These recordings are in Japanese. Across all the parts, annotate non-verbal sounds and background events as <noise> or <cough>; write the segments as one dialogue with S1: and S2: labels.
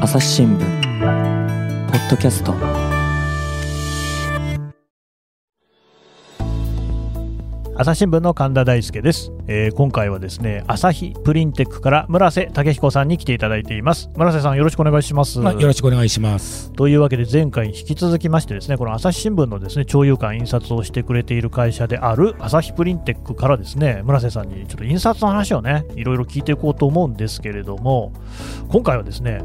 S1: 朝日新聞ポッドキャスト
S2: 朝日新聞の神田大輔です、えー今回はですね朝日プリンテックから村瀬武彦さんに来ていただいています村瀬さんよろしくお願いします、
S3: まあ、よろしくお願いします。
S2: というわけで前回に引き続きましてですねこの朝日新聞のですね朝夕刊印刷をしてくれている会社である朝日プリンテックからですね村瀬さんにちょっと印刷の話をねいろいろ聞いていこうと思うんですけれども今回はですね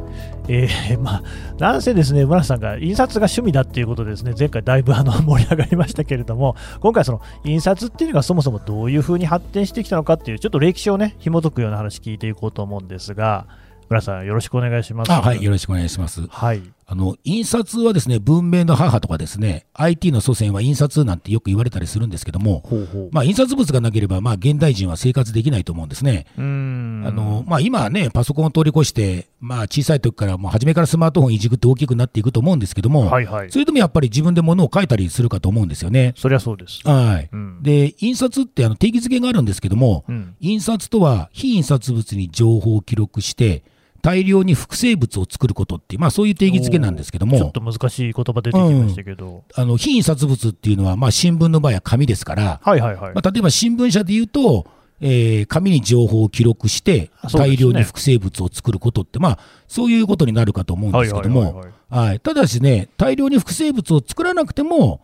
S2: えー <laughs> まあなんせですね村瀬さんが印刷が趣味だっていうことでですね前回だいぶあの <laughs> 盛り上がりましたけれども今回その印刷っていうのがそもそもどういうふうに発展してきたのかっていうちょっと歴史をね紐解くような話聞いていこうと思うんですが村瀬さんよろしくお願いします。
S3: あはい、よろしくお願いします。
S2: はい
S3: あの、印刷はですね、文明の母とかですね、IT の祖先は印刷なんてよく言われたりするんですけども、
S2: ほうほう
S3: まあ、印刷物がなければ、まあ、現代人は生活できないと思うんですね。
S2: うーん
S3: あの、まあ、今はね、パソコンを通り越して、まあ、小さい時から、もう初めからスマートフォンいじくって大きくなっていくと思うんですけども、
S2: はいはい
S3: そ。れでもやっぱり自分で物を書いたりするかと思うんですよね。
S2: そりゃそうです。
S3: はい。
S2: うん。
S3: で、印刷ってあの定義付けがあるんですけども、
S2: うん。
S3: 印刷とは非印刷物に情報を記録して大量に複製物を作ることっていう、まあ、そういう定義付けなんですけど
S2: ちょっ
S3: も
S2: と難しい言葉出てきましたけど。
S3: あの非印刷物っていうのは、まあ、新聞の場合は紙ですから、
S2: はいはいはい。
S3: まあ、例えば新聞社で言うと、えー紙に情報を記録して
S2: あそうですね
S3: 大量に複製物を作ることって、まあ、そういうことになるかと思うんですけ
S2: はい
S3: ど
S2: はい
S3: も
S2: はい
S3: はいただしね大量に複製物を作らなくても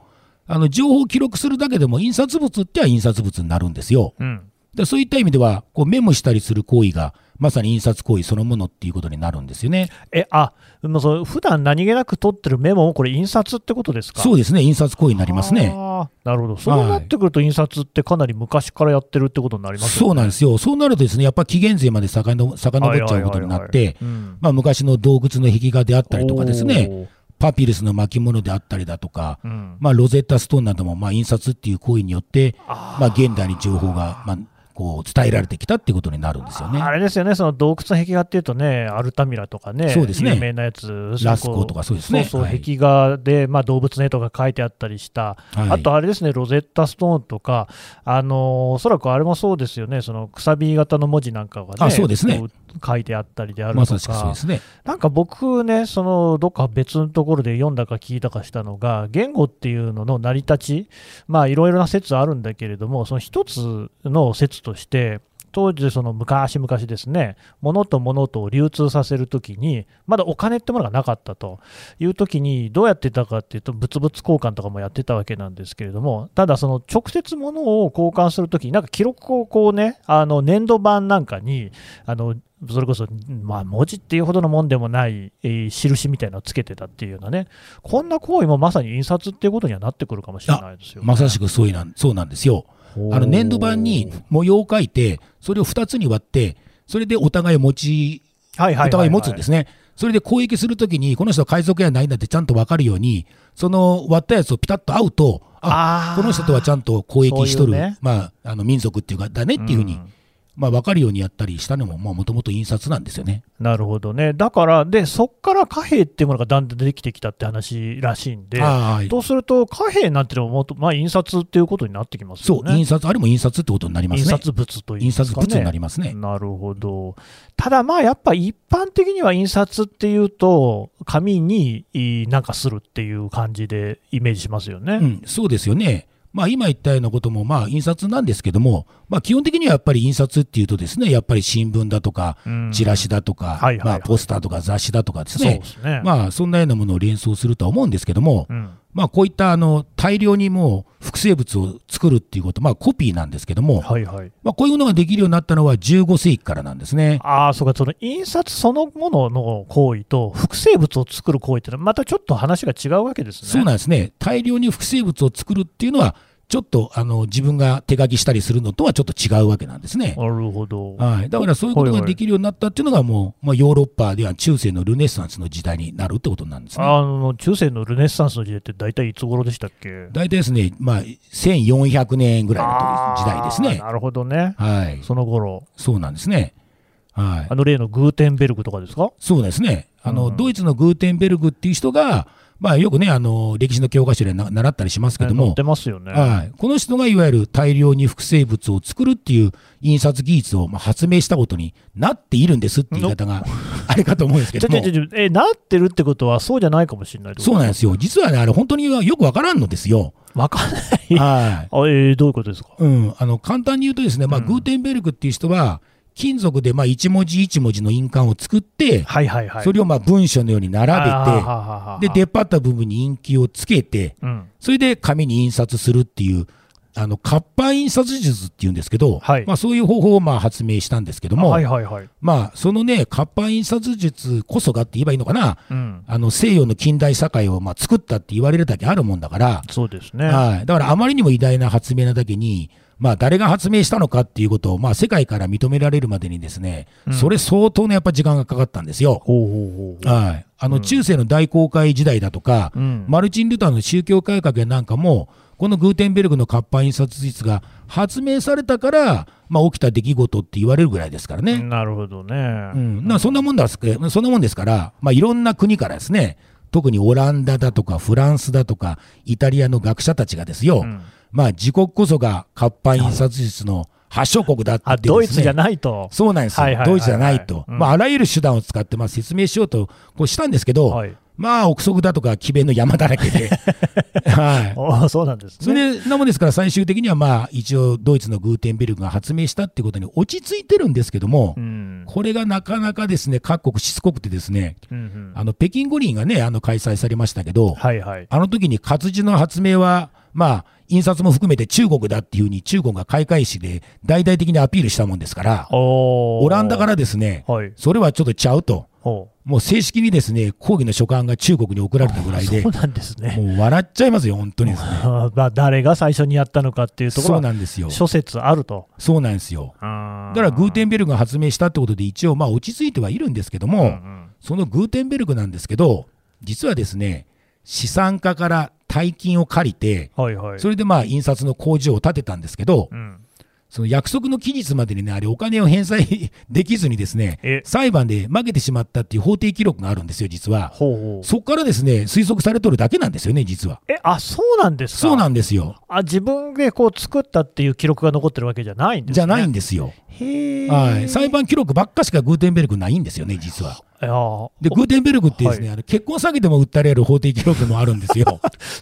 S3: あの情報を記録するだけでも印刷物っては印刷物になるんですよ。
S2: うん。
S3: でそういった意味では、こうメモしたりする行為が、まさに印刷行為そのものっていうことになるんですよね。
S2: え、あ、もうその普段何気なく取ってるメモをこれ印刷ってことですか
S3: そううですね、印刷行為になりますね。
S2: ね。なるほど。そうなってくると印刷ってかなり昔からやってるってことになります
S3: そうなん
S2: で
S3: ですよ。そうなるとですね、やっぱ紀元前まで遡遡っちゃうことになって、まあ、昔の洞窟の壁画であったりとかですね、。パピルスの巻物であったりだとか、
S2: おーうん。
S3: まあ、ロゼッタストーンなども、まあ、印刷っていう行為によって、
S2: あー
S3: まあ、現代に情報が、まあ、こう伝えられてきたっていうことになるんですよね。
S2: あれですよね、その洞窟の壁画っていうとね、アルタミラとかね、
S3: そうですね
S2: 有名なやつ、
S3: ラスコとかそうですね
S2: そうそう
S3: はい
S2: 壁画で、まあ、動物の絵とか書いてあったりした、
S3: はい
S2: あとあれですね、ロゼッタストーンとか、あのーおそらくあれもそうですよね、そのくさび型の文字なんかがね、
S3: あそうですね
S2: こう書いてあったりである
S3: ま
S2: と
S3: さしくそう
S2: か
S3: で、すね。
S2: なんか僕ね、そのどっか別のところで読んだか聞いたかしたのが、言語っていうのの成り立ち、まあいろいろな説あるんだけれども、その一つの説として、当時、その昔々ですね、物と物とを流通させるときに、まだお金ってものがなかったというときに、どうやってたかっていうと、物々交換とかもやってたわけなんですけれども、ただ、その直接物を交換するときに、なんか記録をこうね、あの年度版なんかに、あのそれこそ、まあ、文字っていうほどのもんでもない、えー印みたいなのをつけてたっていうようなね、こんな行為もまさに印刷っていうことにはなってくるかもしれないですよね、
S3: まさしくそういなんそうなんですよ。あの粘土板に模様を描いて、それを2つに割って、それでお互い持ち、
S2: はいは
S3: お
S2: いは
S3: 互
S2: い
S3: い持つんですね。それで攻撃するときに、この人は海賊やないんだってちゃんと分かるように、その割ったやつをピタッと合うと、あ
S2: あー
S3: この人とはちゃんと攻撃しとる、
S2: そういうね
S3: まあ、あの民族っていうか、だねっていうふうに、
S2: うん
S3: まあ、分かるようにやったりしたのも、もともと印刷なんですよね。
S2: なるほどね、だから、でそこから貨幣っていうものがだんだんできてきたって話らしいんで、
S3: あーはい
S2: そうすると貨幣なんていうのももっと、まあ、印刷っていうことになってきます
S3: そ
S2: よ
S3: う、印
S2: ね。
S3: 刷、あれも印刷ってことになります
S2: 印
S3: ね。
S2: 刷物というん
S3: 印
S2: ですか、ね、
S3: 刷物になりますね。
S2: なるほど。ただまあやっぱ一般的には印刷っていうと紙にいなんかするっていう感じでイメージしますよね。
S3: うん、そうですよね。まあ、今言ったようなことも、まあ、印刷なんですけども、まあ、基本的にはやっぱり印刷っていうとですね、やっぱり新聞だとか
S2: うん、
S3: チラシだと
S2: は
S3: か
S2: いはいは、い
S3: まあ、ポスターとか雑誌だとかです
S2: そう
S3: ね
S2: で、すね。あ、
S3: まあ、そんなようなものを連想するとは思うんですけども
S2: う、ん、
S3: まあ、こういった、あの、大量にもう複製物を作るっていうこと、まあ、コピーなんですけども、
S2: はいはい。
S3: まあ、こういうものができるようになったのは15世紀からなんですね。
S2: ああ、そうか、その印刷そのものの行為と複製物を作る行為ってのはまたちょっと話が違うわけですね。
S3: そうなんですね。大量に複製物を作るっていうのは、ちょっと、あの、自分が手書きしたりするのとはちょっと違うわけなんですね。
S2: なるほど。
S3: はい、だからそういうことができるようになったっていうのが、もう、まあ、ヨーロッパでは中世のルネッサンスの時代になるってことなんですね。
S2: あの中世のルネッサンスの時代って大体いつ頃でしたっけ
S3: 大体ですね、まあ、1400年ぐらいの時代です
S2: あー
S3: ね。
S2: なるほどね。
S3: はい、
S2: その頃
S3: そうなんですね。はい
S2: あ、の例のグーテンベルクとかですか
S3: そうですね。あの、
S2: うん
S3: ドイツのグーテンベルグっていう人が、まあ、よくね、あの歴史の教科書でな習ったりしますけども、
S2: 載ってますよね。
S3: はい、この人がいわゆる大量に複製物を作るっていう印刷技術をまあ発明したことになっているんですって言い方があれかと思うんですけ
S2: ち
S3: ど
S2: ょちょ
S3: も、
S2: ちょえ、なってるってことはそうじゃないかもしれないってこと
S3: そうなんですよ、実はね、あれ、本当によくわからんので
S2: <laughs>
S3: すよ。
S2: わかんない。あ
S3: はい
S2: えーどういうことですか
S3: うん、あの簡単に言うとですね、まあ
S2: うん
S3: グーテンベルクっていう人は、金属でまあ一文字一文字の印鑑を作って、
S2: はいはいはい。
S3: それをまあ文章のように並
S2: あー
S3: べ
S2: はははは
S3: て、で、出っ張った部分に印記をつけて、
S2: うん。
S3: それで紙に印刷するっていう、あの活版印刷術っていうんですけど、
S2: はい
S3: まあ、そういう方法をまあ発明したんですけども、
S2: はいはいはい。
S3: まあ、そのね、活版印刷術こそがって言えばいいのかな、
S2: うん。
S3: あの西洋の近代社会をまあ作ったって言われるだけあるもんだから、
S2: そうですね。
S3: はい、だからあまりにも偉大な発明なだけに、まあ、誰が発明したのかっていうことを、まあ、世界から認められるまでにですね、
S2: うん
S3: それ相当のやっぱ時間がかかったんですよ。
S2: ほうほうほうほう。
S3: はい、あの中世の大航海時代だとか、
S2: うん
S3: マルチン・ルターの宗教改革なんかも、このグーテンベルグの活版印刷術が発明されたから、まあ、起きた出来事って言われるぐらいですからね。
S2: なるほどね。
S3: うん、なそんなもんだすけそんなもんですから、まあ、いろんな国からですね、特にオランダだとかフランスだとか、イタリアの学者たちがですよ、
S2: うん
S3: まあ、自国こそが活版印刷術の発祥国だって言
S2: あ、
S3: って
S2: ド
S3: で
S2: イ
S3: すね
S2: ツじゃないと。
S3: そうなんですよ、
S2: はいはいはいはい
S3: ドイツじゃないと、
S2: うん
S3: まあ、あらゆる手段を使ってまあ説明しようとこうしたんですけど、
S2: はい。
S3: まあ、憶測だとか、奇弁の山だら
S2: <laughs>
S3: けで、はい、
S2: ああ、そうなんです
S3: そ
S2: ね。
S3: れでなもんですから、最終的にはまあ一応、ドイツのグーテンベルクが発明したってことに落ち着いてるんですけども、
S2: うん。
S3: これがなかなかですね各国しつこくて、ですね
S2: うんうん
S3: あの北京五輪がねあの開催されましたけど、
S2: はいはい。
S3: あの時に活字の発明は、まあ、印刷も含めて中国だっていうふうに中国が開会式で大々的にアピールしたもんですから、
S2: お。
S3: オランダかららですね、
S2: はい。
S3: それはちょっとちゃうと、
S2: ほう
S3: もう正式にですね、抗議の書簡が中国に送られたぐらいで
S2: そ、うなんですね。
S3: もう笑っちゃいますよ、本当にですね。
S2: あー <laughs> まあ、誰が最初にやったのかっていうとこ
S3: そう
S2: ろは
S3: なんですよ。
S2: 諸説あると。
S3: そうなんですよ。
S2: だ
S3: だからグーテンベルクが発明したってことで一応まあ落ち着いてはいるんですけども、
S2: うん
S3: そのグーテンベルクなんですけど、実はですね、資産家から大金を借りて、
S2: はいはい。
S3: それでまあ印刷の工場を建てたんですけど
S2: う、ん
S3: その約束の期日までにね、あれお金を返済 <laughs> できずにです
S2: え
S3: ね、裁判で負けてしまったっていう法定記録があるんですよ、実は。
S2: ほうほう。
S3: そこからですね、推測されとるだけなんですよね、実は。
S2: え、あ、そうなんですか
S3: そうなんですよ。
S2: あ自分でこう作ったっていう記録が残ってるわけじゃないんですね。
S3: じゃないんですよ。
S2: へえ。
S3: はい。裁判記録ばっかしかグーテンベルクないんですよね、実は。
S2: いやー
S3: で、グーテンベルクってですね、
S2: は
S3: あの結婚詐欺でも訴えられる法定記録もあるんで
S2: <laughs>
S3: すよ。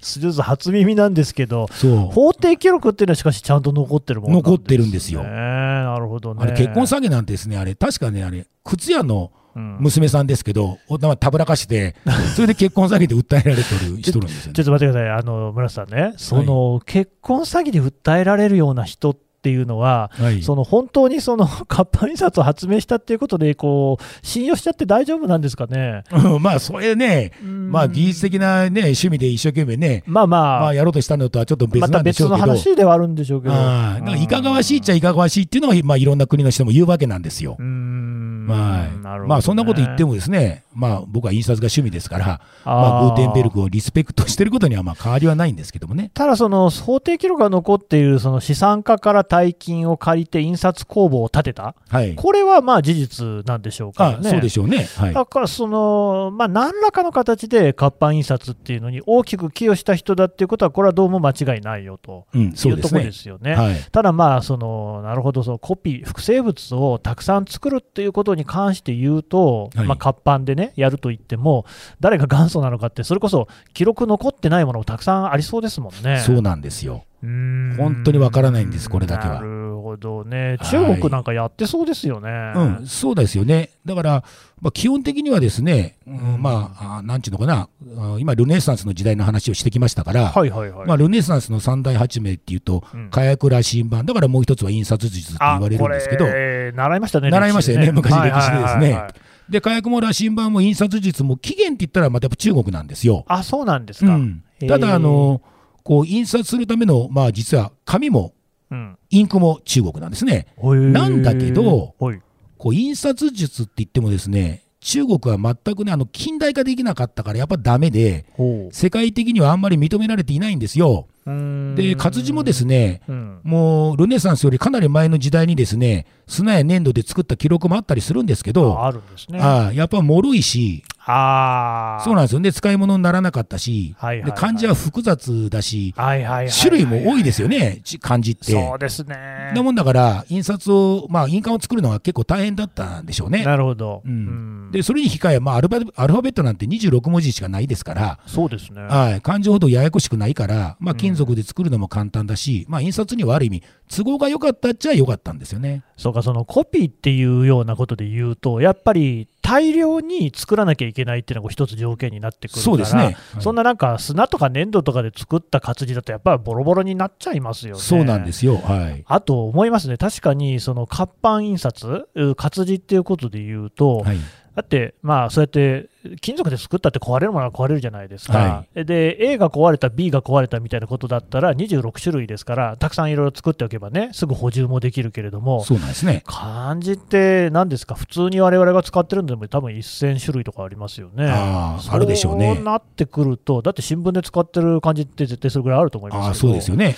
S2: ちょっと初耳なんですけど、
S3: そう。
S2: 法定記録っていうのはしかしちゃんと残ってるものなんです、ね、
S3: 残ってるんですよ
S2: なるほどね。
S3: あれ結婚
S2: さ、
S3: 詐欺なんてですね、あれ、確かね、あれ、靴屋の
S2: うん、ち
S3: 娘さんですけど、おたまたぶら
S2: <laughs>
S3: かして、それで結婚詐欺で訴えられてる人なんですよ
S2: ょ
S3: ね
S2: っ。と待ってください、あの村瀬さんね、その、結婚詐欺で訴えられるような人っていうのは、
S3: はい
S2: その本当にその <laughs> 活版印刷を発明したっていうことでこう、信用しちゃって大丈夫なんですかね。
S3: うん <laughs> まあ、それね、まあ、技術的な、ね、趣味で一生懸命ね、
S2: まあまあ、
S3: まあ、やろうとしたのとはちょっと別
S2: ま
S3: な
S2: た
S3: んでしょ
S2: 別
S3: うけ
S2: の
S3: ど、
S2: 話ではあるんでしょうけど。
S3: ああなんかいかがわしいっちゃいかがわしいっていうのは、まあ、いろんな国の人も言うわけなんですよ
S2: う。ーん
S3: はい
S2: なるほどね
S3: まあ、そんなこと言ってもですね、まあ、僕は印刷が趣味ですから、まあ、
S2: ー
S3: グーテンベルクをリスペクトしてることにはまあ変わりはないんですけどもね。
S2: ただその法定記録が残っているその資産家から大金を借りて印刷工房を建てた、
S3: はい、
S2: これはまあ事実なんでしょうか
S3: あ
S2: らね。
S3: そうでしょうね。はい、
S2: だからその、まあ、何らかの形で活版印刷っていうのに大きく寄与した人だっていうことは、これはどうも間違いないよと
S3: うん、
S2: い
S3: そう
S2: う
S3: で
S2: と
S3: す
S2: ころ
S3: ね
S2: で。すよね。
S3: はい、
S2: ただまあその、なるほど、そのコピー、複製物をたくさん作るっていうことに関して言うと、
S3: はい
S2: まあ、活版でね、やると言っても、誰が元祖なのかって、それこそ記録残ってないものもたくさんありそうですもんね。
S3: そうなんですよ。
S2: うーん
S3: 本当にわからないんですこれだけは
S2: なるほどね、
S3: はい
S2: 中国なんかやってそうですよね。
S3: うん、そうですよね。だから、まあ、基本的にはですね、うんまああ、なんていうのかな、あ今、ルネサンスの時代の話をしてきましたから、
S2: はいはいはい。
S3: まあ、ルネサンスの三大八名っていうと、
S2: うん
S3: 火薬羅針盤、だからもう一つは印刷術って言われるんですけど
S2: あこ、れ習いましたね、
S3: 習いましたよね
S2: 歴史で
S3: 昔歴史でで
S2: は
S3: すね
S2: いはいはいはい
S3: で火薬も羅針盤も印刷術も起源って言ったら、またやっぱ中国なんですよ。
S2: あ、そうなんです
S3: う
S2: か。
S3: ん
S2: へー
S3: ただ、あのこう印刷するための、まあ、実は紙も
S2: うん
S3: インクも中国なんですね。なんだけど、
S2: ほい
S3: こう印刷術って言ってもですね、中国は全くね、あの近代化できなかったからやっぱダメで、
S2: ほ
S3: 世界的にはあんまり認められていないんですよ。
S2: ううーん
S3: で、活字もですね、
S2: うん
S3: もうルネサンスよりかなり前の時代にですね、砂や粘土で作った記録もあったりするんですけど、
S2: ああるんですね。
S3: ああやっぱ脆いし、
S2: ああ。
S3: そうなんですよね。使い物にならなかったし、
S2: はいはいはい
S3: で漢字は複雑だし、
S2: はいはいはいはい。
S3: 種類も多いですよね、ち漢字って。
S2: そうですね。
S3: なもんだから、印刷を、まあ、印鑑を作るのが結構大変だったんでしょうね。
S2: なるほど。
S3: うんで、それに控え、まあアルファベ、アルファベットなんて26文字しかないですから、
S2: そうですね。
S3: はい、漢字ほどややこしくないから、
S2: う
S3: まあ、
S2: ん
S3: 金属で作るのも簡単だし、まあ、印刷にはある意味、都合が良かったっちゃ良かったんですよね。
S2: そうか、そのコピーっていうようなことで言うと、やっぱり大量に作らなきゃいけないっていうのが一つ条件になってくるから、
S3: そうですねはい
S2: そんななんか砂とか粘土とかで作った活字だと、やっぱりボロボロになっちゃいますよね。
S3: そうなんですよ。はい。
S2: あと思いますね、確かにその活版印刷、う活字っていうことで言うと、
S3: はい。
S2: だって、まあ、そうやって金属で作ったって壊れるものは壊れるじゃないですか、
S3: は
S2: で A が壊れた、B が壊れたみたいなことだったら、26種類ですから、たくさんいろいろ作っておけばね、すぐ補充もできるけれども、
S3: そうなんですね。
S2: 漢字って何ですか、普通に我々が使ってるのでも、多分1000種類とかありますよね。
S3: ああ、あるでしょうね
S2: そう。なってくると、だって新聞で使ってる漢字って絶対それぐらいあると思いますけ
S3: あ
S2: ど
S3: あ、そうですよね。はい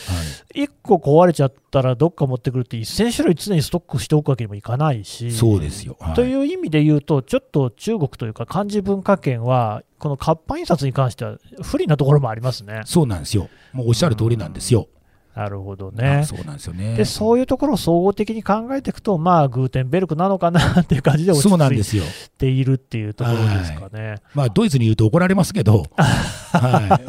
S2: 1個壊れちゃったら、どっか持ってくるって、1000種類常にストックしておくわけにもいかないし。
S3: そうですよ。はい
S2: という意味で言うと、ちょっと中国というか、漢字文化圏は、この活版印刷に関しては不利なところもありますね。
S3: そうなんですよ。もうおっしゃる通りなんですよ。
S2: なるほど
S3: あ
S2: ね。
S3: そうなんですよね。
S2: でそういうところを総合的に考えていくと、まあ、グーテンベルクなのかなっていう感じで落ち
S3: そうなんで
S2: 着い
S3: すよ。
S2: ているっていうところですかね。
S3: まあ、ドイツに言うと怒られます
S2: <laughs>
S3: けど、はいまあ、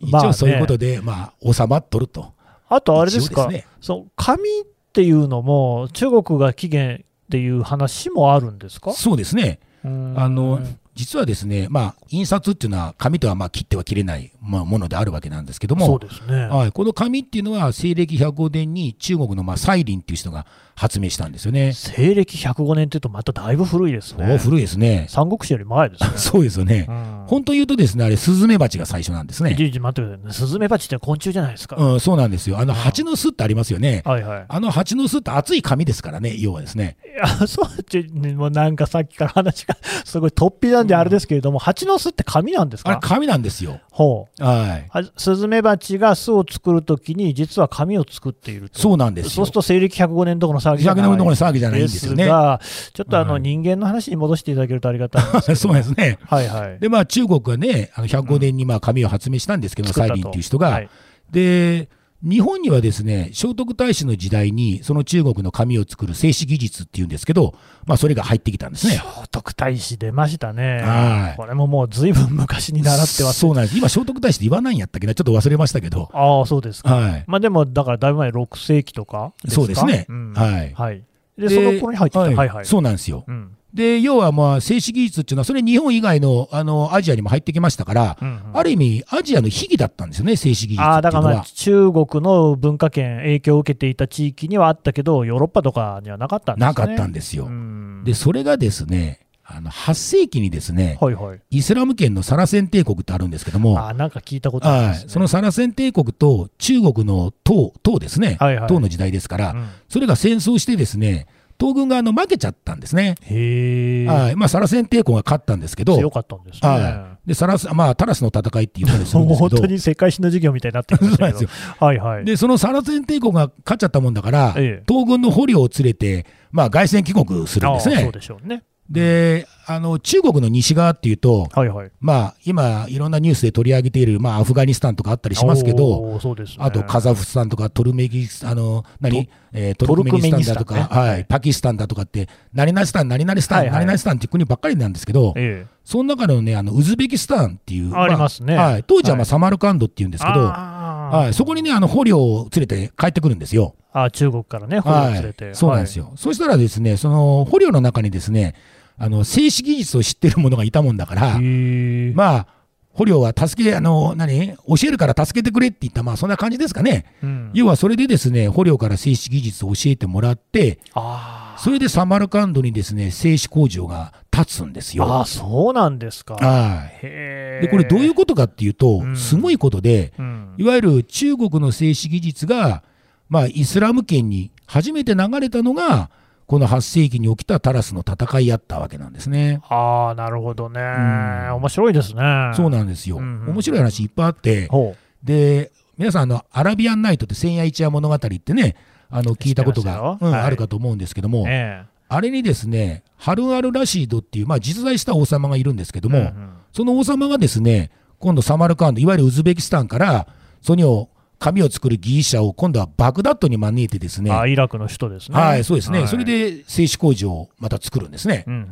S3: 一
S2: まあね
S3: 応そういうことで、まあ、収まっとると。
S2: あと、あれです
S3: 一
S2: か
S3: 応、ね
S2: そう紙っていうのも、中国が起源っていう話もあるんですか
S3: そうですね。あ
S2: あ
S3: の、実はですね、まあ、印刷っていうのは、紙とはまあ切っては切れない、まあ、ものであるわけなんですけど
S2: そう
S3: も、
S2: ですね。
S3: はい、この紙っていうのは、西暦105年に中国のまあ蔡林っていう人が発明したんですよね。
S2: 西暦105年っていうと、まただいぶ古いです
S3: お
S2: ね。
S3: 古いですね。。
S2: 三国志より前ですね
S3: <laughs> そうですよね。
S2: うん
S3: 本当言うとですね、あれ、スズメバチが最初なんです
S2: い
S3: ね。
S2: ちいち待ってくださいね。スズメバチって昆虫じゃないですか。
S3: うん、そうなんですよ。あの、蜂の巣ってありますよね。
S2: はいはい。 <laughs>
S3: あの蜂の巣って厚い紙ですからね、要はですね。
S2: いや、そうちょ、もうなんかさっきから話が <laughs> すごい突飛なんであれですけれども、蜂の巣って紙なんです
S3: あれ
S2: か、
S3: 紙なんですよ。
S2: ほう。
S3: はい。
S2: はスズメバチが巣を作るときに、実は紙を作っていると。
S3: そうなんです
S2: そう
S3: よ
S2: する。と西暦105年どころの騒ぎじゃ
S3: 100
S2: ない
S3: 年のところの騒ぎじゃないんですよね。
S2: が、ちょっとあの
S3: うん
S2: 人間の話に戻していただけるとありがたいんですけど
S3: <laughs> <laughs> そうですね。
S2: はいはい。
S3: で、まあ、中国はね、あの105年にまあ紙を発明したんですけど、
S2: 作
S3: サ
S2: っ
S3: イ
S2: たと
S3: リンっていう人が。
S2: はい
S3: で、日本にはですね、聖徳太子の時代に、その中国の紙を作る製紙技術っていうんですけど、まあ、それが入ってきたんですね
S2: 聖。徳太子出ましたね
S3: は。い
S2: これももうずいぶん昔に習ってます。
S3: そうなんです。今、聖徳太子って言わないんやったっけな、ちょっと忘れましたけど。
S2: ああ、そうですか。
S3: はい。
S2: まあでも、だからだいぶ前、6世紀とかですか
S3: そうですね
S2: ん
S3: はい
S2: はい。で、その頃に入ってきた。はいはい。
S3: そうなんですよ。
S2: うん。
S3: で、要はまあ、静止技術っていうのは、それ日本以外の、あの、アジアにも入ってきましたから、
S2: うんうん
S3: ある意味、アジアの悲劇だったんですよね、静止技術っていうのは。
S2: ああ、だからまあ中国の文化圏、影響を受けていた地域にはあったけど、ヨーロッパとかにはなかったんですね。
S3: なかったん
S2: で
S3: ですよ。
S2: うん。
S3: で、それがですね、あの、8世紀にですね、
S2: はいはい。
S3: イスラム圏のサラセン帝国ってあるんですけども、
S2: ああ、なんか聞いたことあり
S3: は
S2: ま
S3: い
S2: す、ね。
S3: そのサラセン帝国と中国の唐、唐ですね、
S2: はいはい
S3: 唐の時代ですから、
S2: うん
S3: それが戦争してですね、東軍があの負けちゃったんですね。
S2: へえ。
S3: はい。まあ、サラセン帝国が勝ったんですけど、
S2: 強かったんですね。
S3: はい。で、サラス、まあ、タラスの戦いって言ったりするんです
S2: <laughs>
S3: け
S2: 本
S3: ど、
S2: 当に世界史の授業みたいになってきま
S3: そう
S2: し
S3: な
S2: たけ
S3: んで
S2: ど。
S3: すよ。
S2: はいはい。
S3: で、そのサラセン帝国が勝っちゃったもんだから、
S2: ええ
S3: 東軍の捕虜を連れて、まあ、凱旋帰国するんです
S2: ああそ
S3: ね
S2: う。でしょうね。
S3: で、あの、中国の西側っていうと、
S2: はいはい。
S3: まあ、今、いろんなニュースで取り上げている、まあ、アフガニスタンとかあったりしますけど、
S2: おー、そうですね
S3: あとカザフスタンとかトルメギス、あの、何
S2: ト
S3: えートルクメニスタンだと
S2: トルクメニ
S3: か、
S2: スタンね
S3: はい、パキスタンだとかって、何々スタン、何々スタン、
S2: はいはい
S3: 何々スタンって国ばっかりなんですけど、
S2: ええ。
S3: その中のね、あの、ウズベキスタンっていう、
S2: ありますね
S3: はい、当時は
S2: は
S3: まあ
S2: い
S3: サマルカンドっていうんですけど、
S2: あー
S3: はい、そこにね、あの捕虜を連れて帰ってくるんですよ。
S2: あ中国からね、捕虜を連れて、
S3: はい、そうなんです
S2: よ。
S3: よ。そしたらですね、その捕虜の中にですね、あの静止技術を知ってる者がいたもんだから
S2: へ、ー
S3: まあ、捕虜は助け、あの、何教えるから助けてくれって言った、まあ、そんな感じですかね。
S2: うん
S3: 要はそれでですね、捕虜から静止技術を教えてもらって、
S2: あ
S3: それでサマルカンドにですね、静止工場が建つんです
S2: ーあー、
S3: よ。
S2: そうなんですか。
S3: はい。
S2: へー
S3: で、これどういう、ことかっていうと
S2: う、ん
S3: すごいことで、
S2: うん
S3: いわゆる中国の静止技術が、まあ、イスラム圏に初めて流れたのが、この8世紀に起きたタラスの戦いやったわけなんですね。
S2: ああ、なるほどね、
S3: ん
S2: 面白いですね。
S3: そうなんですよ。
S2: うんうん
S3: 面白い話いっぱいあって、
S2: ほう
S3: で、皆さん、あの、アラビアンナイトって千夜一夜物語ってね、あの、聞いたこと
S2: 知ってま
S3: が、
S2: すよ
S3: うん
S2: はい
S3: あるかと思うんですけども、
S2: ええ
S3: あれにですね、ハルン・アル・ラシードっていう、まあ、実在した王様がいるんですけども、
S2: うんうん
S3: その王様がですね、今度サマルカンド、いわゆるウズベキスタンから、ソニを、紙を作るギリシャを今度はバグダッドに招いてですね、
S2: あイラクの首都ですね。
S3: はい、そうですね、
S2: はい
S3: それ、で製紙工場をまた作るんですね。
S2: うんうん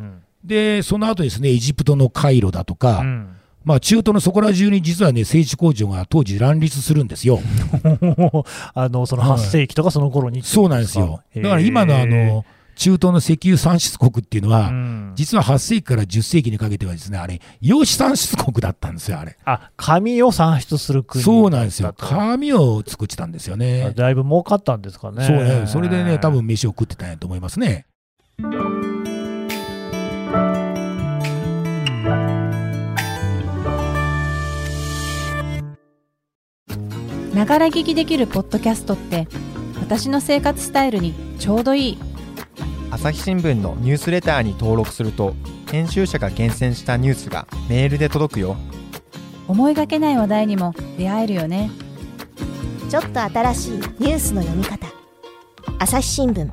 S3: で、その後ですね、エジプトのカイロだとか、
S2: うん、 <laughs>
S3: まあ中東のそこら中に実はね、製紙工場が当時乱立するんですよ。
S2: あのその8世紀とかその頃に、
S3: そうなんですよ。
S2: へー
S3: だから今のあの、中東の石油産出国っていうのは、
S2: うん
S3: 実は8世紀から10世紀にかけてはですね、あれ、洋紙産出国だったんですよ、あれ。
S2: あ紙を産出する国
S3: そうなんです
S2: だ
S3: よ。
S2: った
S3: 紙を作ってたんですよね。
S2: だいぶ儲かったんですかね。
S3: そうね。それでね、多分飯を食ってたんやと思いますね。
S4: ながら聞きできるポッドキャストって私の生活スタイルにちょうどいい
S5: 朝日新聞のニュースレターに登録すると編集者が厳選したニュースがメールで届くよ
S4: 思いがけない話題にも出会えるよね
S6: ちょっと新しいニュースの読み方朝日新聞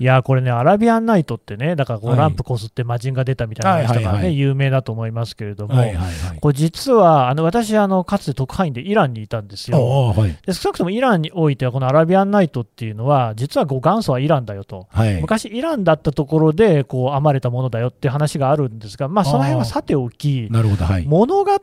S2: いやこれね、アラビアンナイトってね、だからこ
S3: は
S2: う
S3: い
S2: ランプこすって魔人が出たみたいな話とかね、
S3: はいはいはい
S2: 有名だと思いますけれども、
S3: はいはいはい。
S2: これ実はあの私あの、かつて特派員でイランにいたんです
S3: ああ、
S2: よ。
S3: はい。
S2: で少なくともイランにおいては、このアラビアンナイトっていうのは、実はご元祖はイランだよと。
S3: はい。
S2: 昔、イランだったところでこう編まれたものだよって話があるんですが、まあ、その辺はさておき、
S3: なるほど、はい。
S2: 物語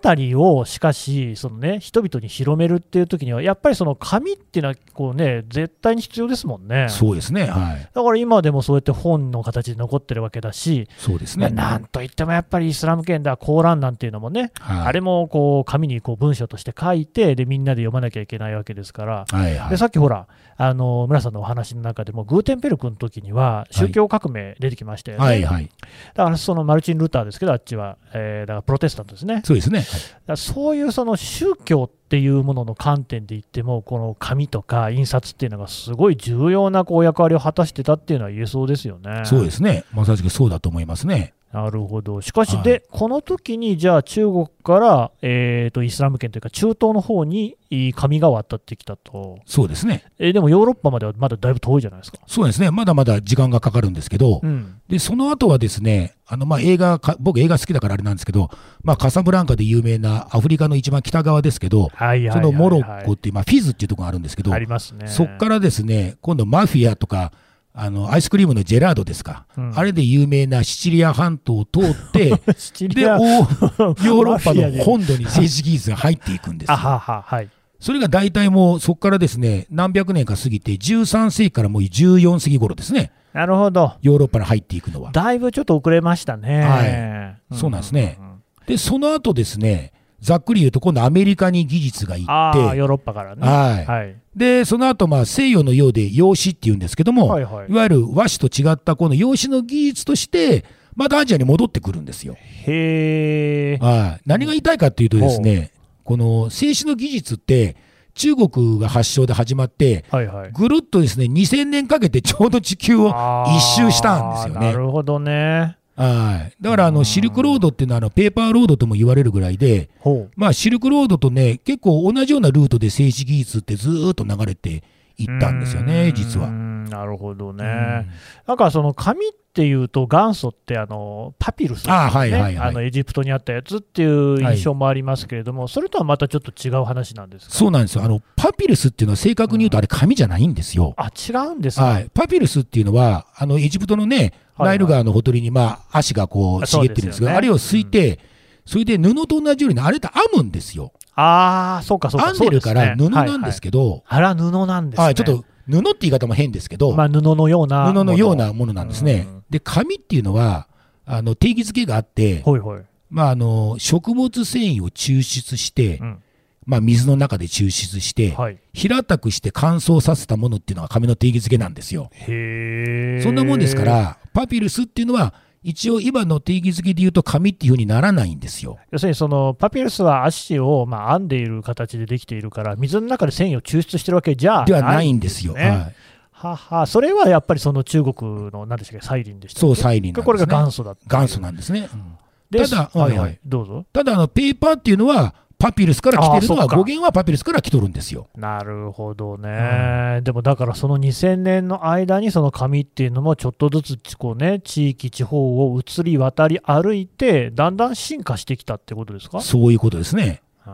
S2: をしかしその、ね、人々に広めるっていう時には、やっぱりその紙っていうのはこう、ね、絶対に必要ですもんね。
S3: そうですね。はい。
S2: だから今でもそうやって本の形で残ってるわけだし、
S3: そうです
S2: まあ
S3: ね。
S2: なんといってもやっぱりイスラム圏ではコーランなんていうのもね、
S3: はい
S2: あれもこう紙にこう文章として書いてで、みんなで読まなきゃいけないわけですから。
S3: はいは
S2: で
S3: い。
S2: さっきほら、あの村さんのお話の中でも、グーテンペルクの時には宗教革命出てきましたよね、
S3: はいはい。
S2: だからそのマルチン・ルーターですけど、あっちは、えーだからプロテスタントですね、
S3: そうですね。
S2: だからそういうその宗教っていうものの観点で言っても、この紙とか印刷っていうのがすごい重要なこう役割を果たしてたっていうのは言えそうですよね。
S3: そうですね。まさしくそうだと思いますね。
S2: なるほど、しかし
S3: はい
S2: で、この時にじゃあ、中国から、えー、とイスラム圏というか、中東の方にいい紙が渡ってきたと、
S3: そうですね。
S2: えーでもヨーロッパまではまだだいぶ遠いじゃないですか。
S3: そうですね。まだまだ時間がかかるんですけど、
S2: うん、
S3: で、その後はですね、あの、まあ、映画か、僕映画好きだからあれなんですけど、まあ、カサブランカで有名なアフリカの一番北側ですけど、
S2: はいはいはいは
S3: そ
S2: い
S3: のモロッコっていう、まあ、フィズっていうところがあるんですけど
S2: あ、りますね。
S3: そっからですね、今度マフィアとか、あの、アイスクリームのジェラードですか、
S2: うん
S3: あれで有名なシチリア半島を通って、
S2: <laughs> シチリ
S3: で、
S2: ア
S3: おヨーロッ
S2: マ
S3: パ
S2: フィアで
S3: の本土に政治技術が入っていくんです
S2: あ
S3: よ。
S2: はははい。
S3: それが大体もうそこからですね、何百年か過ぎて、13世紀からもう14世紀頃ですね、
S2: なるほど。
S3: ヨーロッパに入っていくのは。
S2: だいぶちょっと遅れましたね。
S3: はいそうなんですねで、その後ですね、ざっくり言うと、今度アメリカに技術が行
S2: あ
S3: っ
S2: あ、
S3: て、
S2: ヨーロッパからね。
S3: はい
S2: はい。
S3: で、その後、まあ、西洋のようで洋紙っていうんですけども、
S2: はい
S3: い
S2: はい。
S3: わゆる和紙と違ったこの洋紙の技術として、またアジアに戻ってくるんですよ。
S2: へえ。
S3: はい何が言いたいかっていうとですね、この製紙の技術って、中国が発祥で始まって、
S2: はいはい。
S3: ぐるっとですね、2000年かけてちょうど地球を一周したんですよ
S2: あーな
S3: ね。
S2: るほどね。
S3: はい。だから、あの、シルクロードっていうのは、あの、ペーパーロードとも言われるぐらいで、
S2: ほう。
S3: まあ、シルクロードとね、結構同じようなルートで製紙技術ってずーっと流れていったんですよ
S2: うー
S3: ね、
S2: ん
S3: 実は。
S2: なるほどね。
S3: うん
S2: なんかその紙っていうと元祖ってあのパピルス、ね、
S3: あーはいはいはい
S2: あのエジプトにあったやつっていう印象もありますけれども、それとはまたちょっと違う話なんですか
S3: そうなんですよ。あの、パピルスっていうのは正確に言うとあれ紙じゃないんですよ。
S2: あ違うんですか、
S3: はい。パピルスっていうのは、あの、エジプトのね、
S2: はいはい
S3: ナイル川のほとりに、まあ、足がこう、
S2: そう
S3: 茂っ
S2: ですよね
S3: てるんですけど、あれをすいて、それで布と同じように、あれって編むんですよ。
S2: ああ、そうかそうか。
S3: 編んでるから
S2: そう
S3: 布
S2: すね
S3: なんですけど、
S2: はいはいあら、布なんですね。
S3: はい、ちょっと布って言い方も変ですけど、
S2: まあ、布のような。
S3: 布のような。ものなんですね
S2: うん。
S3: で、紙っていうのは、あの定義づけがあって、
S2: ほいほい。
S3: まあ、あの食物繊維を抽出して、
S2: うん
S3: まあ、水の中で抽出して、
S2: はい。
S3: 平たくして乾燥させたものっていうのが紙の定義づけなんですよ。
S2: へえ。
S3: そんなもんですか。ら、パピルスっていうのは、一応今の定義づけで言うと紙っていうふうにならないんですよ。
S2: 要するにそのパピルスは足をまあ編んでいる形でできているから、水の中で繊維を抽出してるわけじゃ
S3: ではないんですよ。
S2: ね
S3: はい、
S2: はは、それはやっぱりその中国の何でしたっけ、サイリンでしたっけ。
S3: そう、サイリンなんです、ね。
S2: これが元祖だった。
S3: 元祖なんですね。うん
S2: で
S3: ただ
S2: はい
S3: はい
S2: は
S3: はい
S2: い。どうぞ。
S3: ただあの、ペーパーっていうのは、パピルスから来てるの
S2: あそ
S3: は、
S2: っか
S3: 語源はパピルスから来とるんですよ。
S2: なるほどね、でもだからその2000年の間にその紙っていうのもちょっとずつこうね地域地方を移り渡り歩いてだんだん進化してきたってことですか
S3: そういうことですね。は。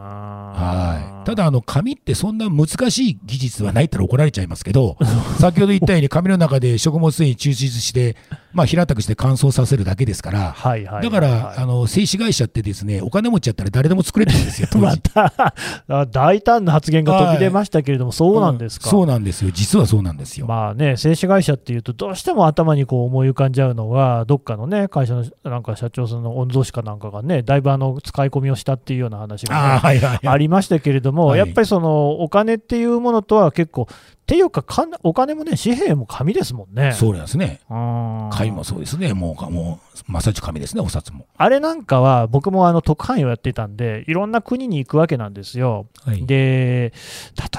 S2: はい
S3: ただ、あの、紙ってそんな難しい技術はないったら怒られちゃいますけ <laughs> ど、先ほど言ったように紙の中で食物繊維抽出して、まあ、平たくして乾燥させるだけですから、
S2: はいはいはい
S3: だから、あの、製紙会社ってですね、お金持ちやったら誰でも作れるん
S2: <laughs>
S3: ですよ、当時
S2: またあ大胆な発言が飛び出ましたけれども、そうなんですか、
S3: そうなんですよ。実はそうなんですよ。
S2: まあね、製紙会社っていうと、どうしても頭にこう思い浮かんじゃうのが、どっかのね、会社のなんか社長さんの御曹司かなんかがね、だいぶあの使い込みをしたっていうような話がね、
S3: ああ、はいはいは
S2: あ
S3: い。
S2: りましたけれども、
S3: はい
S2: やっぱりそのお金っていうものとは結構、っていうかかん、お金もね、紙幣も紙ですもんね。
S3: そうなんですね。
S2: うん
S3: 貝もそうですね。もうか、もう、まさち紙ですね、お札も。
S2: あれなんかは、僕もあの特派員をやってたんで、いろんな国に行くわけなんですよ。
S3: はい。
S2: で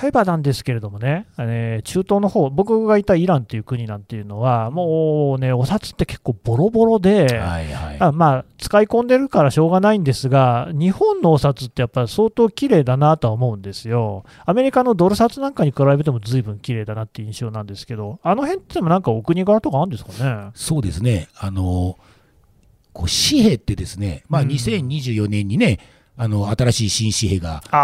S2: 例えばなんですけれどもね、えー中東の方僕がいたイランという国なんていうのは、もうね、お札って結構ボロボロで、
S3: はいはい。
S2: あまあ、使い込んでるからしょうがないんですが、日本のお札ってやっぱり相当綺麗だなとは思うんですよ、アメリカのドル札なんかに比べてもずいぶん綺麗だなっていう印象なんですけど、あの辺ってでもなんかお国柄とかあるんですかね。
S3: そうですね、あのこう紙幣ってですね、まあ、
S2: うん
S3: 2024年にね、あの新しい新紙幣が、ま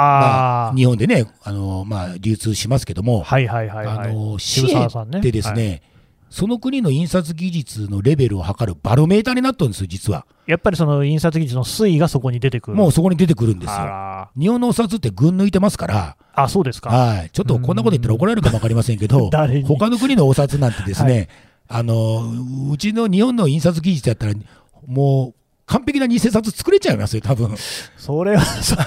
S2: あ
S3: あ、日本でね、あのまあ、流通しますけども、
S2: はいはいはいはい。
S3: あの
S2: 渋
S3: 紙
S2: 沢
S3: 幣
S2: さん
S3: ってですね、
S2: はい
S3: その国の印刷技術のレベルを測るバロメーターになったんですよ、実は。
S2: やっぱりその印刷技術の推移がそこに出てくる。
S3: もうそこに出てくるんです
S2: あ
S3: よ。
S2: ら
S3: 日本のお札って群抜いてますから、
S2: あ、そうですか。
S3: はい、ちょっとこんなこと言ったら怒られるかもわかりませんけ
S2: うん
S3: ど
S2: <laughs> 誰に、
S3: 他の国のお札なんてですね、
S2: は
S3: あの、うちの日本の印刷技術やったら、もう完璧な偽札作れちゃいますよ、多分。
S2: それは、そう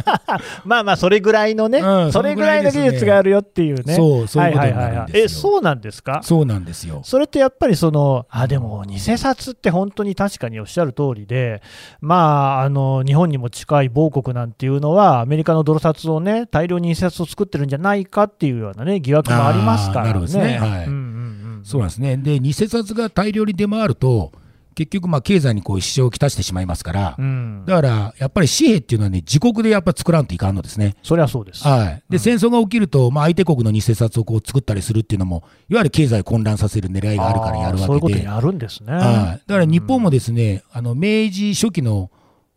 S3: <laughs>
S2: まあまあ、それぐらいのね、
S3: うん
S2: それぐらいの技
S3: そのぐらいですね
S2: 術があるよっていうね。
S3: そうそういうこと
S2: は
S3: に
S2: は
S3: な
S2: は
S3: る
S2: は
S3: ん
S2: え、
S3: ですよ。
S2: そうなんですか
S3: そうなんですよ。
S2: それってやっぱりその、あ、でも、偽札って本当に確かにおっしゃる通りで、まあ、あの、日本にも近い某国なんていうのは、アメリカの泥札をね、大量に偽札を作ってるんじゃないかっていうようなね、疑惑もありますからね。
S3: あーなるほどですねはい
S2: うんうんうん
S3: そうなんですね。で、偽札が大量に出回ると、結局、まあ、経済にこう支障をきたしてしまいますから、
S2: うん
S3: だから、やっぱり紙幣っていうのはね、自国でやっぱ作らんといかんのですね。
S2: そりゃそうです。
S3: はい。で、戦争が起きると、まあ、相手国の偽札をこう作ったりするっていうのも、いわゆる経済を混乱させる狙いがあるからやる
S2: あーそういう
S3: わ
S2: こ
S3: け
S2: と
S3: で。
S2: やるんですね。
S3: はい、だから日本もですね、あの明治初期の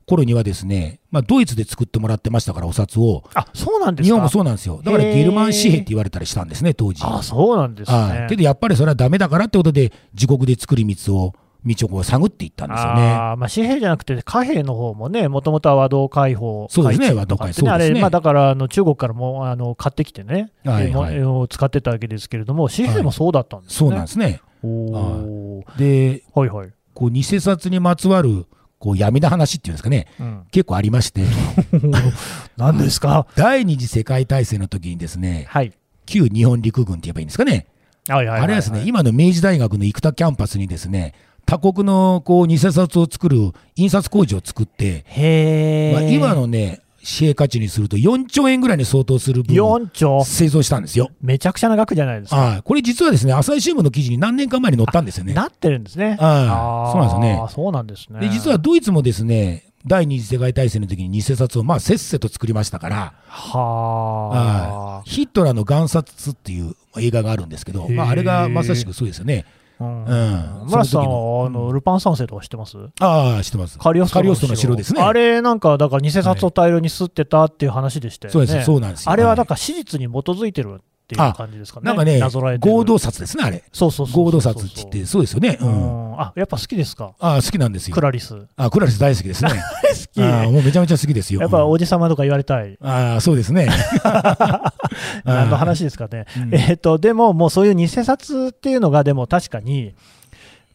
S3: 頃にはですね、まあ、ドイツで作ってもらってましたから、お札を、
S2: あ、そうなんですか
S3: 日本もそうなんですよ、だから
S2: へー
S3: ゲルマン紙幣って言われたりしたんですね、当時。
S2: あそうなんですね。
S3: はい、けどやっぱりそれはダメだからってことで、自国で作り道を、道をこう探っていったんですよね。
S2: あーまあ、紙幣じゃなくて、貨幣の方もね、もともとは和道開放、
S3: そうですね
S2: 開通とかって
S3: 和道開そうです
S2: あ
S3: ね
S2: れ、まあ、だからあの中国からもあの買ってきてね、
S3: はいはい
S2: えーもえー使ってたわけですけれども、紙幣もそうだったんです
S3: そ
S2: ね。
S3: うなんですね。
S2: おー
S3: で、
S2: はいはい。
S3: こう偽札にまつわるこう闇の話っていうんですかね、
S2: うん、
S3: 結構ありまして、
S2: 何ですか、
S3: 第二次世界大戦の時にですね、
S2: はい、
S3: 旧日本陸軍って言えばいいんですかね、
S2: はいはいはいはい
S3: あれはですね、今の明治大学の生田キャンパスにですね、他国のこう偽札を作る印刷工場を作って、
S2: へー、
S3: まあ、今のね、紙幣価値にすると4兆円ぐらいに相当する分を
S2: 4兆、
S3: 製造したんですよ。
S2: めちゃくちゃな額じゃないですか。
S3: はいこれ実はですね、朝日新聞の記事に何年か前に載ったんですよね。
S2: なってるんですね。
S3: はいそうなんですね
S2: あーそうなんですね。
S3: で、実はドイツもですね、第二次世界大戦の時に偽札をまあせっせと作りましたから、
S2: は
S3: は
S2: あ
S3: い、ヒットラーの贋札っていう映画があるんですけど、まあ、あれがまさしくそうですよね。
S2: うん
S3: うん
S2: 村瀬さん
S3: その時の
S2: はあのルパン三世とか知ってます
S3: ああ、知ってます。
S2: カリオストロ
S3: カの城ですね。
S2: あれなんか、だから偽札を大量に吸ってたっていう話でしたよね。
S3: そうです、そうなんですよ。
S2: あれはだ
S3: はい
S2: から史実に基づいてるっていう感じですかね。
S3: なんかね
S2: なぞらえ、てる
S3: 合同札ですね、あれ。
S2: そうそうそうそう
S3: 合同札って言って、そうですよね。
S2: う
S3: うん。
S2: んあ、やっぱ好きですか
S3: ああ、好きなんですよ
S2: ク。ラリス。好
S3: あクラリス <laughs> 大好きです
S2: <laughs>
S3: ね。
S2: き。
S3: ああ
S2: や
S3: もうめちゃめちゃ好きですよ。
S2: っぱ
S3: うん
S2: おじさまとか言われたい。
S3: ああ、そうで
S2: <laughs>
S3: すね。あ
S2: 何の話ですかね。
S3: うん
S2: えっと、でも、もうそういう偽札っていうのが、でも確かに、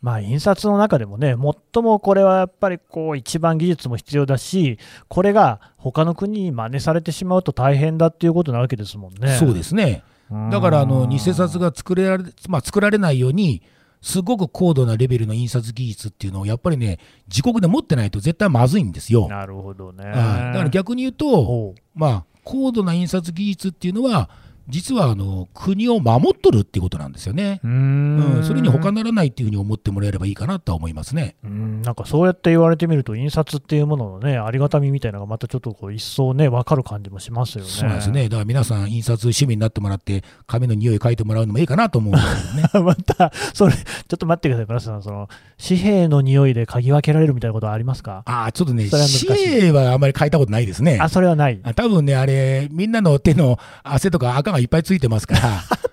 S2: まあ、印刷の中でもね、最もこれはやっぱりこう一番技術も必要だし、これが他の国に真似されてしまうと大変だっていうことなわけですもんね。
S3: そうですね。だから、あの、偽札が作れられ、まあ、作られないように、すごく高度なレベルの印刷技術っていうのを、やっぱりね、自国で持ってないと絶対まずいんですよ。
S2: なるほどね。
S3: はいだから逆に言うと、
S2: ほう
S3: まあ、高度な印刷技術っていうのは、実はあの国を守っとるっていうことなんですよね。
S2: うー
S3: うんん、それに他ならないっていうふうに思ってもらえればいいかなとは思いますね。
S2: うんなんかそうやって言われてみると、印刷っていうもののね、ありがたみみたいなのがまたちょっとこう一層ね、わかる感じもしますよね。
S3: そうなんですね。だから皆さん、印刷趣味になってもらって、紙の匂い嗅いでもらうのもいいかなと思うんですよ
S2: <laughs>
S3: ね。
S2: また、それ、ちょっと待ってください、村瀬さん。その、紙幣の匂いで嗅ぎ分けられるみたいなことはありますか
S3: ああ、ちょっとね、
S2: それは難しい
S3: 紙幣はあまり書いたことないですね。
S2: あ、それはない。 <laughs>
S3: あ多分ね、あれ、みんなの手の汗とか赤がいっぱいついてますから。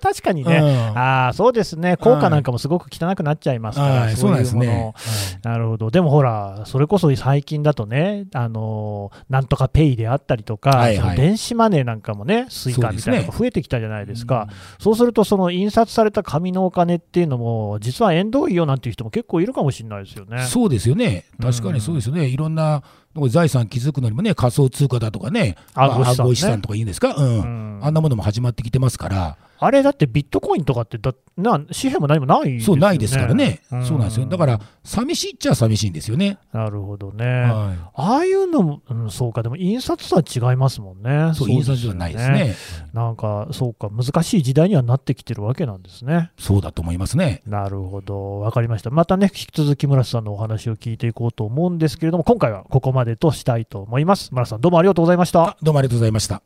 S2: 確かに <laughs>
S3: う
S2: ね。
S3: ん
S2: ああ、そうですね。効果なんかもすごく汚くなっちゃいますから、
S3: はい、そうなんです
S2: いうもの
S3: ね
S2: を。なるほど。でもほら、それこそ最近だとね、あのーなんとかペイであったりとか、
S3: はいはい
S2: その電子マネーなんかもね、スイカみたいなの
S3: そうです
S2: が
S3: ね
S2: 増えてきたじゃないですか。そうすると、その印刷された紙のお金っていうのも、実は縁遠いよなんていう人も結構いるかもしれないですよね。
S3: そうですよね。確かにそうですよね。いろんな財産築くのにもね、仮想通貨だとかね、
S2: 暗号資産ね
S3: まあ暗号資産とか言うんですか、うん
S2: うん
S3: あんなものも始まってきてますから、
S2: あれだってビットコインとかってだな、紙幣も何もないです
S3: そ
S2: よ
S3: う
S2: ね。
S3: ないですからね、
S2: ん
S3: そうなんですよ。だから、寂しいっちゃ寂しいんですよね。
S2: なるほどね。
S3: は
S2: ああいうのも、うん、そうか、でも印刷とは違いますもんね。
S3: い、そう、
S2: で
S3: 印
S2: すよ
S3: 刷所はないです。ね。
S2: なんか、そうか、難しい時代にはなってきてるわけなんですね。
S3: そうだと思いますね。
S2: なるほど、わかりました。またね、引き続き村瀬さんのお話を聞いていこうと思うんですけれども、今回はここまでとしたいと思います。村瀬さん、どうもありがとうございました。
S3: あどうもありがとうございました。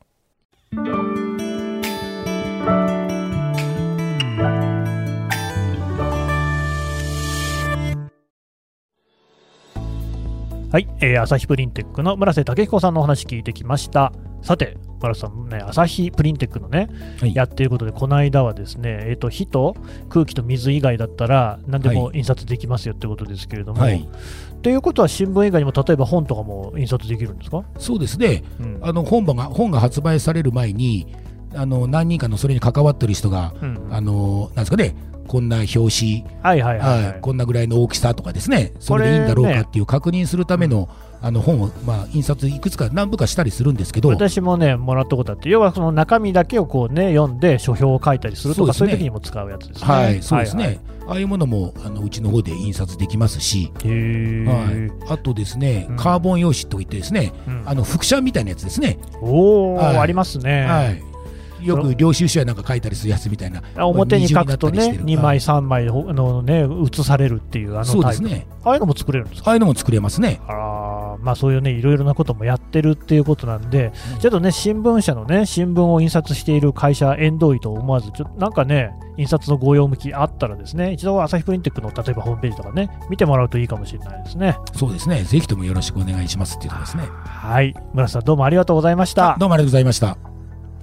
S2: はい、えー、朝日プリンテックの村瀬武彦さんのお話聞いてきました。さて、村瀬さんね、朝日プリンテックのね、
S3: はい
S2: やってることで、この間はですね、えっ、と、火と空気と水以外だったら、何でも印刷できますよってことですけれども、
S3: はい、
S2: ということは新聞以外にも例えば本とかも印刷できるんですか、
S3: そうですね。
S2: うん
S3: あの本が本が発売される前にあの何人かのそれに関わってる人が、
S2: うん
S3: あのなんですかねこんな表紙、
S2: はいはいはい、は
S3: はいい、こんなぐらいの大きさとかですねそれでいいんだろ
S2: こ
S3: う
S2: れ
S3: か
S2: ね
S3: っていう確認するための,、あの本を、まあ、印刷いくつか何部かしたりするんですけど
S2: 私もね、もらったことあって、要はその中身だけをこう、ね、読んで書評を書いたりするとか、そ,、
S3: そううです
S2: いう時
S3: ね
S2: にも使うやつですね。
S3: はいそうですね、
S2: はいはい
S3: ああいうものもあのうちの方で印刷できますし、
S2: へー
S3: はい、あとですね、
S2: うん
S3: カーボン用紙といってですね
S2: うん
S3: あの副写みたいなやつですね、
S2: おー、
S3: はい
S2: ありますね、
S3: はい、よく領収書やなんか書いたりするやつみたいな
S2: あ表に書くと
S3: 二重
S2: ね、2
S3: になったり
S2: 枚、
S3: し
S2: 3枚ほあの、ね、写されるっていう、あ
S3: てるはいそ
S2: のタ
S3: うで
S2: イ
S3: す
S2: プ、
S3: ね
S2: ああいうのも作れるんですか
S3: ああいうのも作れますね
S2: あらーまあ、そういうね、いろいろなこともやってるっていうことなんで、
S3: うん
S2: ちょっとね、新聞社のね、新聞を印刷している会社、遠藤医と思わず、ちょっとなんかね、印刷のご用向きあったらですね、一度朝日プリンテックの例えばホームページとかね、見てもらうといいかもしれないですね。
S3: そうですねぜひともよろしくお願いしますっていうところですね
S2: はい、村瀬さん、どうもありがとうございました。
S3: どうもありがとうございました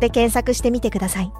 S6: で検索してみてください